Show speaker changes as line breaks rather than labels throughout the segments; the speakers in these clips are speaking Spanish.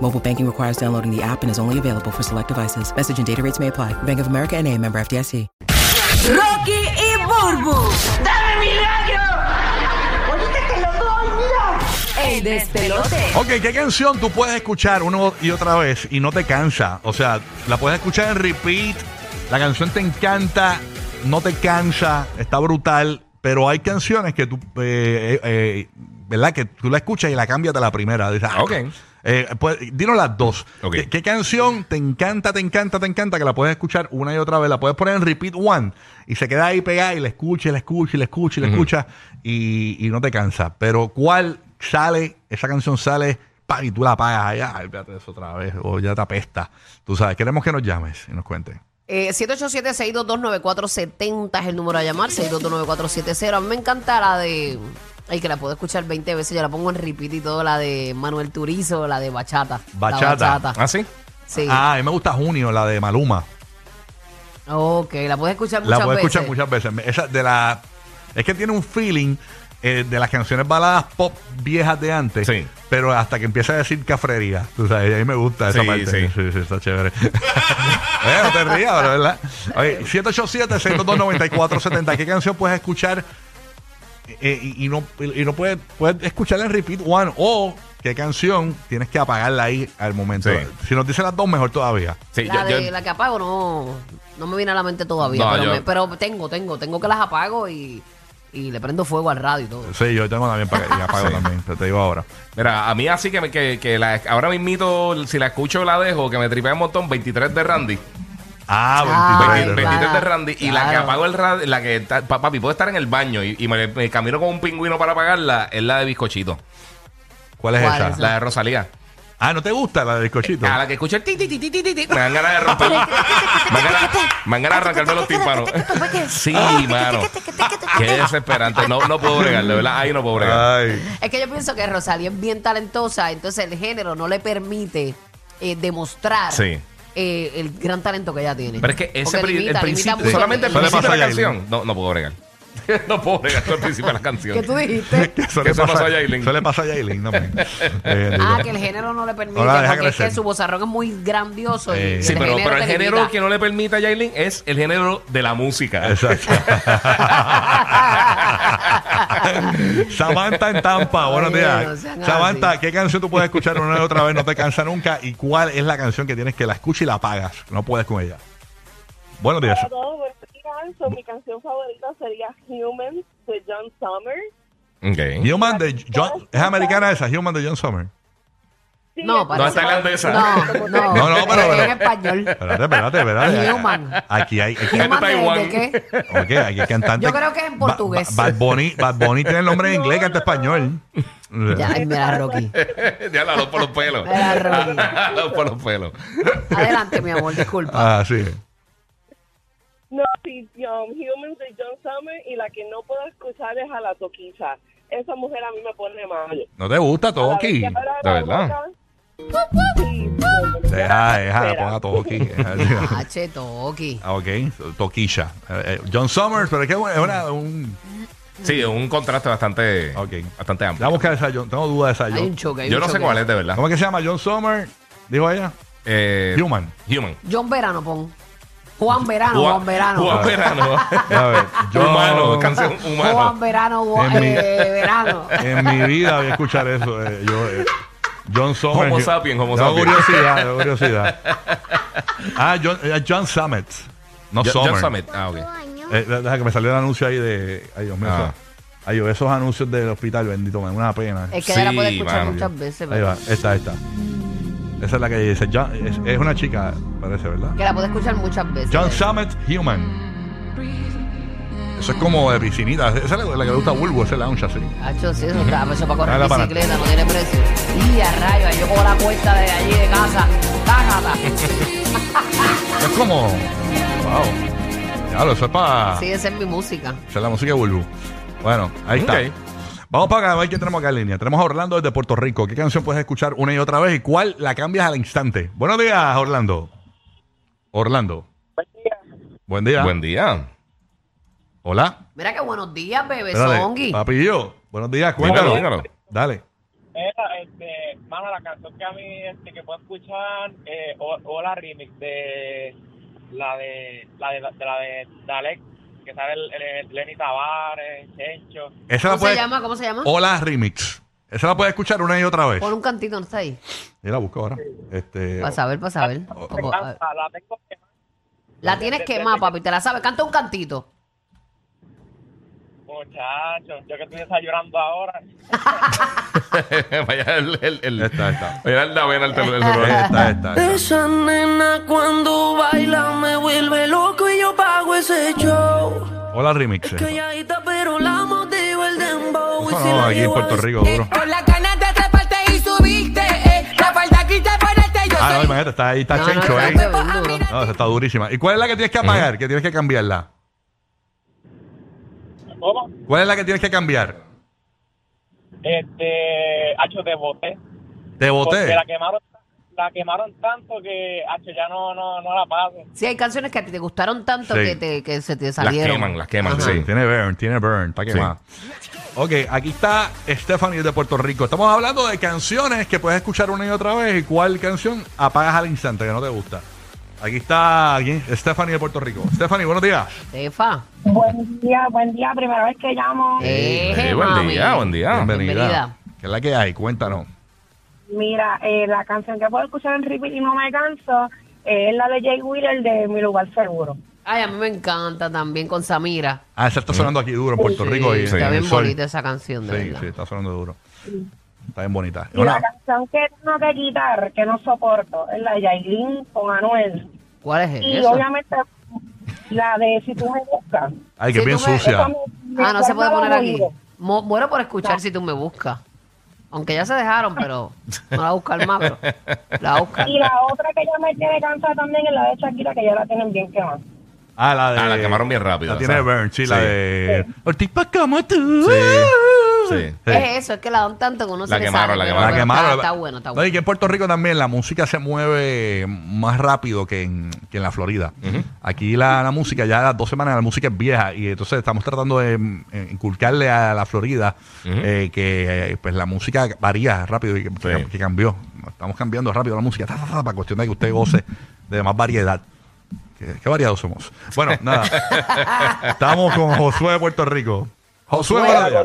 Mobile banking requires downloading the app and is only available for select devices. Message and data rates may apply. Bank of America and a member FDIC.
Rocky y Burbu. ¡Dame mi radio! ¡Ahorita te lo doy, mira! ¡El despelote!
Ok, ¿qué canción tú puedes escuchar una y otra vez y no te cansa? O sea, la puedes escuchar en repeat, la canción te encanta, no te cansa, está brutal, pero hay canciones que tú, eh, eh, eh, ¿verdad? Que tú la escuchas y la cambias de la primera. Dices, ah,
Ok.
eh, pues, dinos las dos.
Ok.
¿Qué, qué canción te encanta, te encanta, te encanta que la puedes escuchar una y otra vez? La puedes poner en repeat one y se queda ahí pegada y la escucha, y la escucha, y la escucha, y la escucha y, y no te cansa. Pero ¿cuál sale? Esa canción sale pa, y tú la apagas. Ay, ay, olvídate de eso otra vez o ya te apesta. Tú sabes, queremos que nos llames y nos cuentes.
Eh, 787-622-9470 es el número a llamar, 622-9470. A mí me encanta la de. Ay, que la puedo escuchar 20 veces. Yo la pongo en repeat y todo, la de Manuel Turizo, la de Bachata. La
Bachata.
bachata.
¿Ah, sí?
Sí.
Ah, a mí me gusta Junio, la de Maluma.
Ok, la puedes escuchar muchas
La puedes
veces.
escuchar muchas veces. Esa de la, es que tiene un feeling eh, de las canciones baladas pop viejas de antes.
Sí.
Pero hasta que empieza a decir cafrería. Tú sabes, a mí me gusta esa
Sí,
parte.
sí.
sí, está chévere. Oye, no te rías, pero, ¿verdad? Oye, 787-622-9470. ¿Qué canción puedes escuchar eh, y, y no, y no puedes, puedes escucharla en Repeat One? O qué canción tienes que apagarla ahí al momento.
Sí.
Si nos dicen las dos, mejor todavía.
Sí,
La,
yo- yo-
de, la que apago no, no me viene a la mente todavía,
No,
pero,
yo-
me- pero tengo, tengo, tengo que las apago y, y le prendo fuego al radio y todo.
Sí, yo tengo también para que y apago
Sí.
también. Te te digo ahora.
Mira, a mí así que, me- que, que la, ahora mismito, si la escucho, la dejo, que me tripea un montón, 23 de Randy.
Ah,
Ah,
23.
20- 23
claro,
de Randy. Y la que
claro.
apago el radio, la que, está- pa- papi, puedo estar en el baño y, y me, me camino con un pingüino para apagarla, es la de bizcochito.
¿Cuál es
¿Cuál
esa?
es
La de Rosalía.
Ah, ¿no te gusta la del cochito?
A la que escucho el ti, ti, ti, ti, ti, ti, ti, me dan ganas de romper. me, dan ganas, me dan ganas de arrancarme los tímpanos. sí, mano. Qué desesperante. No, no puedo bregarle, ¿verdad? Ahí no puedo bregar.
Ay.
Es que yo pienso que Rosalía es bien talentosa, entonces el género no le permite eh, demostrar
Sí.
eh, el gran talento que ella tiene.
Pero es que ese
Porque
pri- el
limita- limita
principio,
mucho
solamente el
Eso le
principio de la
pasó a Yailin.
canción. No, no puedo bregar. no puedo bregar con el principio de la canción.
que tú dijiste.
Eso
¿Qué
le
se
pasa
pasó
a
a
Yailin.
Yailin?
Eso le pasa a Yailin también. Eh,
Ah,
digo.
que el género no le permite,
No la deja
porque es que
crecer.
su bozarrón es muy grandioso. y
Sí.
el
Sí, pero, pero el
te
género
limita.
que no le permite a Yailin es el género de la música.
Exacto. Samantha en Tampa, buenos
Oye,
días.
no sean
Samantha,
así.
¿qué canción tú puedes escuchar una y otra vez? No te cansa nunca. ¿Y cuál es la canción que tienes que la escuchas y la apagas? No puedes con ella. Buenos días.
Hola a todos, buenos días. So, mi canción favorita sería Humans de John Summer.
Ok.
Human de John. Es americana esa, Human de John Summer.
Sí,
No,
es
para-
No, es tailandesa.
No, no,
No, no, pero-
Es en español.
Espérate, espérate, espérate.
Human.
Aquí hay. Aquí hay
Human.
¿Qué más de-
Taiwán.
de qué?
Ok, aquí hay cantante.
Yo creo que es en
Ba-
portugués.
Ba- Bad Bunny, Bad Bunny tiene el nombre en inglés, canta español.
Ya, ay, mira, Rocky.
ya la dos por los pelos.
Mira, Rocky.
La dos por los pelos.
Adelante, mi amor, disculpa.
Ah, sí.
No, sí, um, Humans de John Summer y la que no puedo escuchar es a la toquilla. Esa mujer a mí me pone mal.
No te gusta Toki.
A la vez que habla la
de verdad.
boca, sí, bueno,
Deja, deja,
espera.
ponga Toki.
Ah, che, Toki.
Ah, ok, Toquilla. Eh, eh, John Summers, pero es que es una- es una- un.
Sí, un contraste bastante,
Ok.
bastante
Vamos
amplio.
a buscar esa John, tengo duda de esa
Hay un
John.
choque. hay
Yo
un
no sé
choque.
cuál es de verdad.
¿Cómo es que se llama John Summers? Dijo ella.
Eh,
Human.
Human.
John Verano, pon. Juan Verano,
Juan-
Juan Verano.
Juan Verano.
A ver, John-
humano, canción
Juan
humano.
Verano, Juan
En mi-
eh, Verano.
En mi vida voy a escuchar eso. eh, yo, eh, John Summers.
Homo sapiens, homo
Tengo
sapiens.
curiosidad, tengo curiosidad. Ah, John, eh, John Summit. No
Ju-
Summer.
Just Summit. Ah, ok.
Eh, de- deja que me salió el anuncio ahí de. Ay, Dios mío.
Ah.
eso- Ay, Dios, esos anuncios del hospital, bendito, me da una pena.
Es que ya la
Sí,
puedes escuchar
mano.
muchas veces.
Ahí
¿verdad?
va, esta, esta. Esa es la que dice. John- es, es una chica, parece, ¿verdad?
Que la puedes escuchar muchas veces.
John Summit Human. Eso es como de piscinita. Esa es la, la que le gusta a Bulbo, ese lounge así.
Hacho, Ah, sí, eso está eso para correr
Dale para
bicicleta, no tiene precio. Y a rayos, yo cojo la puerta de allí de casa. Tácata.
Eso es como. Wow. Claro, eso es para.
Sí, esa es mi música.
Esa es la música de Bulbo. Bueno, ahí está.
Ok.
Vamos para acá, a ver qué tenemos acá en línea. Tenemos a Orlando desde Puerto Rico. ¿Qué canción puedes escuchar una y otra vez y cuál la cambias al instante? Buenos días, Orlando. Orlando. Buen día.
Buen día.
Hola.
Mira qué buenos días, bebé
Espérate.
Pues, Songi.
Papillo. Buenos días,
Dígalo,
cuéntalo.
dígalo.
Dale.
Era, este, mano, la canción que a mí, este, que puedo escuchar, eh, o- Hola Remix, de la de, la de, de la de Dalek, que sale el, el- Lenny Tavares, Chencho.
Esa la
¿Cómo se
puedes.
llama? ¿Cómo se llama?
Hola, Remix. Esa la puedes escuchar una y otra vez.
Pon un cantito, no está ahí.
Yo la busco ahora. Este.
Para saber, para saber.
Me
Ojo, a ver.
encanta, la tengo que
ah. La tienes quemada, papi, te la sabes. Canta un cantito.
muchachos, yo que estoy desayunando ahora.
Vaya el, el, el,
Esta, esta.
Vaya el Davena al telu- el celular.
Esta, esta, esta.
Esa nena cuando baila me vuelve loco y yo pago ese show.
Hola, Remix. Eso
Calladita pero la motivo el dembow. y si
no,
la
aquí en
llevo a
Puerto
des-
Rico, duro.
Con la ganas de treparte y subiste, eh. La falta que te ponerte yo
Ah, no,
soy.
imagínate, está ahí, está
No, no,
chencho,
está
¿eh?
bien duro.
No, esa está durísima. ¿Y cuál es la que tienes que apagar? Que tienes que cambiarla.
¿Cómo?
¿Cuál es la que tienes que cambiar?
Este, hacho, te boté.
Te
Porque
boté.
la quemaron, la quemaron tanto que, hacho, ya no, no, no la paso.
Sí, hay canciones que a ti te gustaron tanto
Sí.
que, te, que se te
Las
salieron.
queman, las queman,
Ajá.
sí.
Tiene burn, tiene burn, está quemada. Ok, aquí está Stephanie de Puerto Rico. Estamos hablando de canciones que puedes escuchar una y otra vez y cuál canción apagas al instante que no te gusta. Aquí está ¿quién? Stephanie de Puerto Rico. Stephanie, buenos días.
Tefa.
Buen día, buen día, primera vez que llamo.
Eh,
Eh, buen
mami.
día, buen día.
bienvenida.
¿Qué es la que hay? Cuéntanos.
Mira, eh, la canción que puedo escuchar en repeat y no me canso eh, es la de Jay Wheeler de Mi Lugar Seguro.
Ay, a mí me encanta también con Samira.
Ah, esa está sonando aquí duro en Puerto
Sí,
Rico. Y,
está
en el
bien
sol.
bonita esa canción, de
Sí,
verdad.
sí, está sonando duro. Está bien bonita.
Y la canción que tengo que quitar, que no soporto, es la de Yailin con Anuel.
¿Cuál es
Y
eso?
obviamente la de Si tú me buscas.
Ay, que
Si
bien
tú me-
sucia.
Esa me- me
Ah, no se puede
acuerdo
poner aquí.
mucho.
Mu- muero por escuchar si tú me buscas. Aunque ya se dejaron, pero no la va a buscar más, pero la va a buscar.
Y la otra que ya me tiene cansada también es la de Shakira, que ya la tienen bien quemada.
Ah, la de.
Ah, la quemaron bien rápido,
La tiene
¿sabes?
Burn, sí, la
Sí.
de. Ortipa como tú.
Sí.
Sí.
Es eso, es que la dan tanto que uno
La
se le
quemaron,
sale,
la
pero
quemaron.
La
bueno,
quemaron.
Está, está bueno, está
No,
bueno.
y que en Puerto Rico también la música se mueve más rápido que en, que en la Florida. Aquí la, la música, ya las dos semanas la música es vieja y entonces estamos tratando de mm, eh, inculcarle a la Florida eh, que eh, pues la música varía rápido y que, que- que cambió. Estamos cambiando rápido la música, ta, ta, ta, para cuestión de que usted goce de más variedad. Qué, qué variados somos. Bueno, nada. Estamos con Josué de Puerto Rico. Josué, buenos días.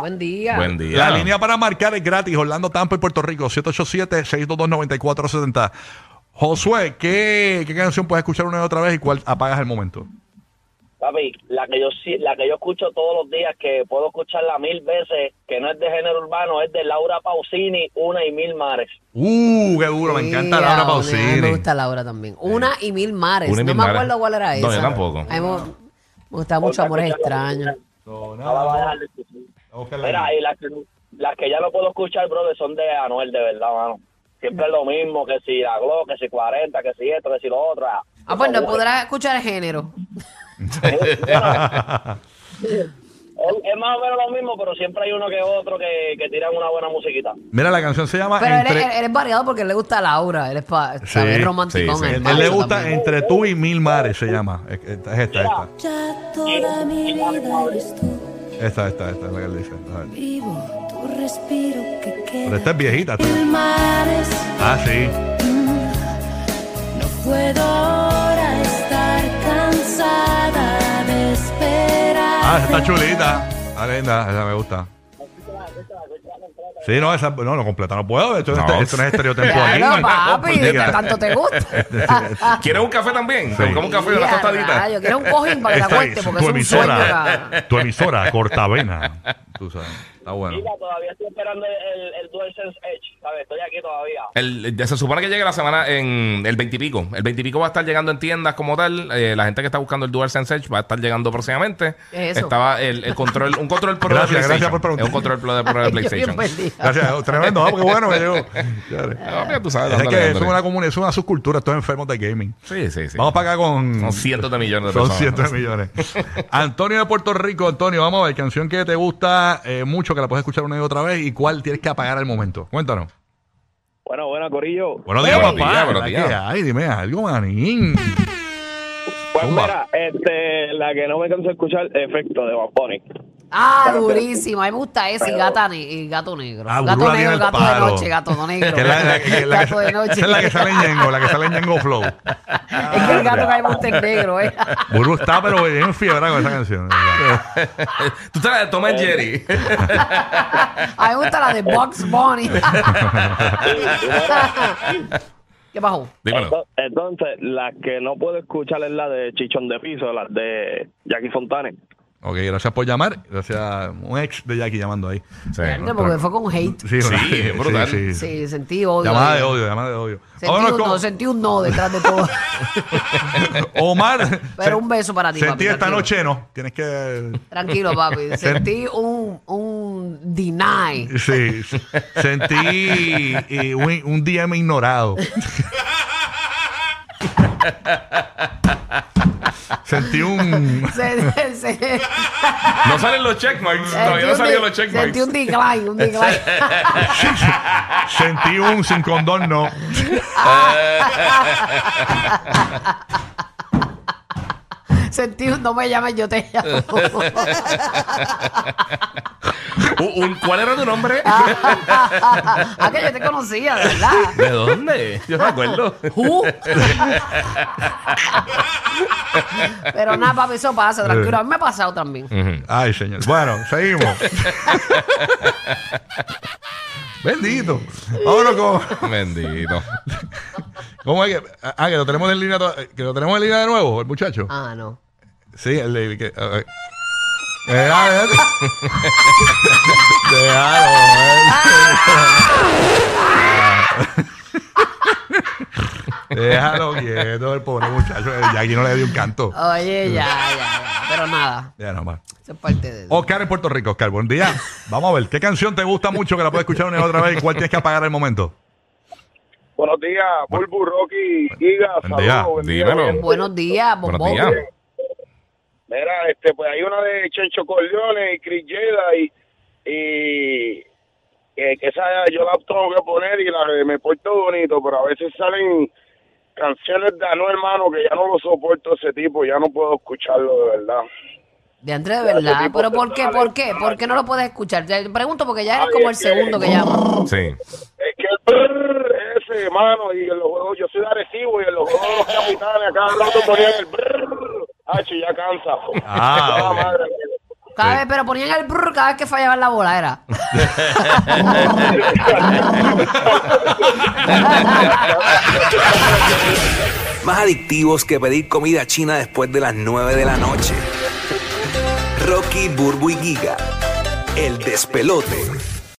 Buen día.
Buen día.
La línea para marcar es gratis. Orlando, Tampa y Puerto Rico. 787-622-9470. Josué, ¿qué, ¿qué canción puedes escuchar una y otra vez y cuál apagas el momento?
Papi, la que yo sí- la que yo escucho todos los días, que puedo escucharla mil veces, que no es de género urbano, es de Laura Pausini, una y mil mares.
¡Uh, qué duro! Me encanta
Sí,
Laura
a mí- a mí Me
Pausini.
gusta Laura también. Una y mil mares.
Una y mil
no me
mares.
acuerdo cuál era
No,
esa.
yo tampoco.
A mí me, me gustaba mucho Amores Extraños.
No,
No la
nada,
voy a
vamos
dejar de escuchar. Mira, y las que, las que ya no puedo escuchar, brother, son de Anuel, de verdad, mano. Siempre es lo mismo, que si la Glock, que si 40, que si esto, que si lo otro.
Ah, pues no podrás escuchar el género.
a-
Es, es más o menos lo mismo, pero siempre hay uno que otro que, que tiran una buena musiquita.
Mira, la canción se llama
Pero él, es-
Entre...
él- él es variado porque le gusta a Laura. Él es pa, sabe, es romanticón.
sí, sí.
el
Él
macho
le gusta
también.
Entre tú y mil mares, se llama. Es- Es esta, esta, esta.
Ya toda mi vida eres tú.
Esta, esta, esta es la que él dice. A ver.
Vivo tu respiro que
Pero
queda.
esta es viejita. esta.
Mil mares,
Ah, sí.
no puedo ahora estar cansada de esperar.
Ah, esta está chulita. Ah, linda, esa me gusta. Sí, no, esa, no, no, completa no puedo. Esto,
No.
no. esto no es estereotempo aquí.
Claro, papi,
Diga.
que tanto te gusta.
¿Quieres un café también?
Sí.
¿Te buscamos un café y una
Ya,
tostadita?
rayo, quiero un cojín para que te
Esta
aguante,
es
porque es
tu
un sueño. acá.
emisora, eh, tu emisora, Cortavena. Tú sabes, está bueno.
Mira, todavía estoy esperando el, el DualSense Edge, ¿sabes? Estoy aquí todavía.
El- ya se supone que llega la semana en el 20 y pico. El 20 y pico va a estar llegando en tiendas como tal. Eh, la gente que está buscando el DualSense Edge va a estar llegando próximamente.
¿Qué es eso?
Estaba el, el control, un control pro
Gracias,
de PlayStation.
gracias por preguntar.
Es un control pro de, pro de
Yo
PlayStation.
bien perdida.
Gracias, tremendo, ¿no? porque bueno, me llegó.
Ah, mira, tú sabes,
Es que
dándole,
eso es una
dándole.
comunidad, eso es una subcultura, estos enfermos de gaming.
Sí, sí, sí.
Vamos para acá con.
Son cientos de millones de
Son
personas.
cientos de millones. Antonio de Puerto Rico, Antonio, vamos a ver, canción que te gusta eh, mucho, que la puedes escuchar una y otra vez, y cuál tienes que apagar al momento. Cuéntanos.
Bueno, bueno, Corillo.
Buenos días,
Buenos
papá.
días, buenos días.
¿Qué hay? dime algo, manín.
Pues
Zumba.
mira, este, la que no me canso de escuchar, efecto de Bad Bunny.
Ah, durísimo. A mí me gusta ese y, gata ne- y gato negro.
Ah,
gato
Burula
negro,
tiene el
gato
palo.
de noche, gato no negro.
Que es la, la- que- la que-
gato de noche.
esa es la que sale en Yengo, la que sale en Yengo Flow.
Es que el gato cae más en negro, ¿eh?
Burbu está, pero bien fiebre con esa canción.
Tú te la de Tom and Jerry.
A mí me gusta la de Box Bunny. ¿Qué pasó?
Dímelo.
Entonces, la que no puedo escuchar es la de Chichón de Piso, la de Jackie Fontane.
ok, gracias por llamar. Gracias a un ex de Jackie llamando ahí.
Sí.
No, porque fue con hate.
Sí, una-
Sí, brutal.
Sí, sentí odio.
Llamada de odio, llamada de odio.
Sentí
Vámonos
un,
con-
no, sentí un no detrás de todo.
Omar.
Pero un beso para ti,
Sentí
papi,
esta
tranquilo.
noche, no. Tienes que.
Tranquilo, papi. Sentí un, un deny.
Sí. sí. Sentí eh, un, un DM ignorado. Sentí un.
Se- se- se-
No salen los checkmarks. Todavía no
sentí
salieron
un
los
de- Sentí un
checkmarks.
decline, un decline.
Sentí un sin condón, no.
sentí un no me llames, yo te llamo.
Un- un- ¿Cuál era tu nombre?
ah, que yo te conocía, de verdad.
¿De dónde? Yo no me acuerdo.
Ju. Pero nada, papi, eso pasa, tranquilo. A mí me ha pasado también.
Mm. Ay, señor. Bueno, seguimos. Bendito. Vámonos con.
Bendito.
¿Cómo es que.? Ah, que lo tenemos en línea, to- que lo tenemos en línea de nuevo, el muchacho.
Ah, no.
Sí, el de. Que, a ver. Eh, Deja, deja. Déjalo, eh. Déjalo quieto, el pobre muchacho. Y aquí no le dio un canto.
Oye, ya, ya, ya. Pero nada,
Ya nomás.
eso es parte de eso.
Oscar en Puerto Rico, Oscar, buen día. Vamos a ver, ¿qué canción te gusta mucho que la puedes escuchar una y otra vez y cuál tienes que apagar al momento?
Buenos días, Bulbu, Rocky, Giga,
Buen día.
saludos, buen día,
Dímelo.
buen día.
Buenos días,
Buenos
bombón.
días.
Mira, este, pues hay una de Chencho Corleone y Chris Yeda y, y que, que esa yo la tengo que poner y la de me porto bonito, pero a veces salen canciones de Anuel, hermano, que ya no lo soporto ese tipo, ya no puedo escucharlo de verdad.
De Andrés, de
Ya, ese
verdad.
tipo
Pero
se
¿por qué?
sale.
¿Por qué? ¿Por qué no lo puedes escuchar? Te pregunto porque ya eres
Ay,
como el
es que-
segundo que llama.
Sí.
Es que el brr ese, hermano, y en los juegos, yo soy de Arecibo y en los juegos de los capitanes acá cada rato ponían el brr, hacho, ya cansa.
Ah,
Ya,
ok.
madre.
Cada vez, pero ponían el brr cada vez que fallaban la bola, era.
Más adictivos que pedir comida china después de las 9 de la noche. Rocky, Burbu y Giga. El despelote.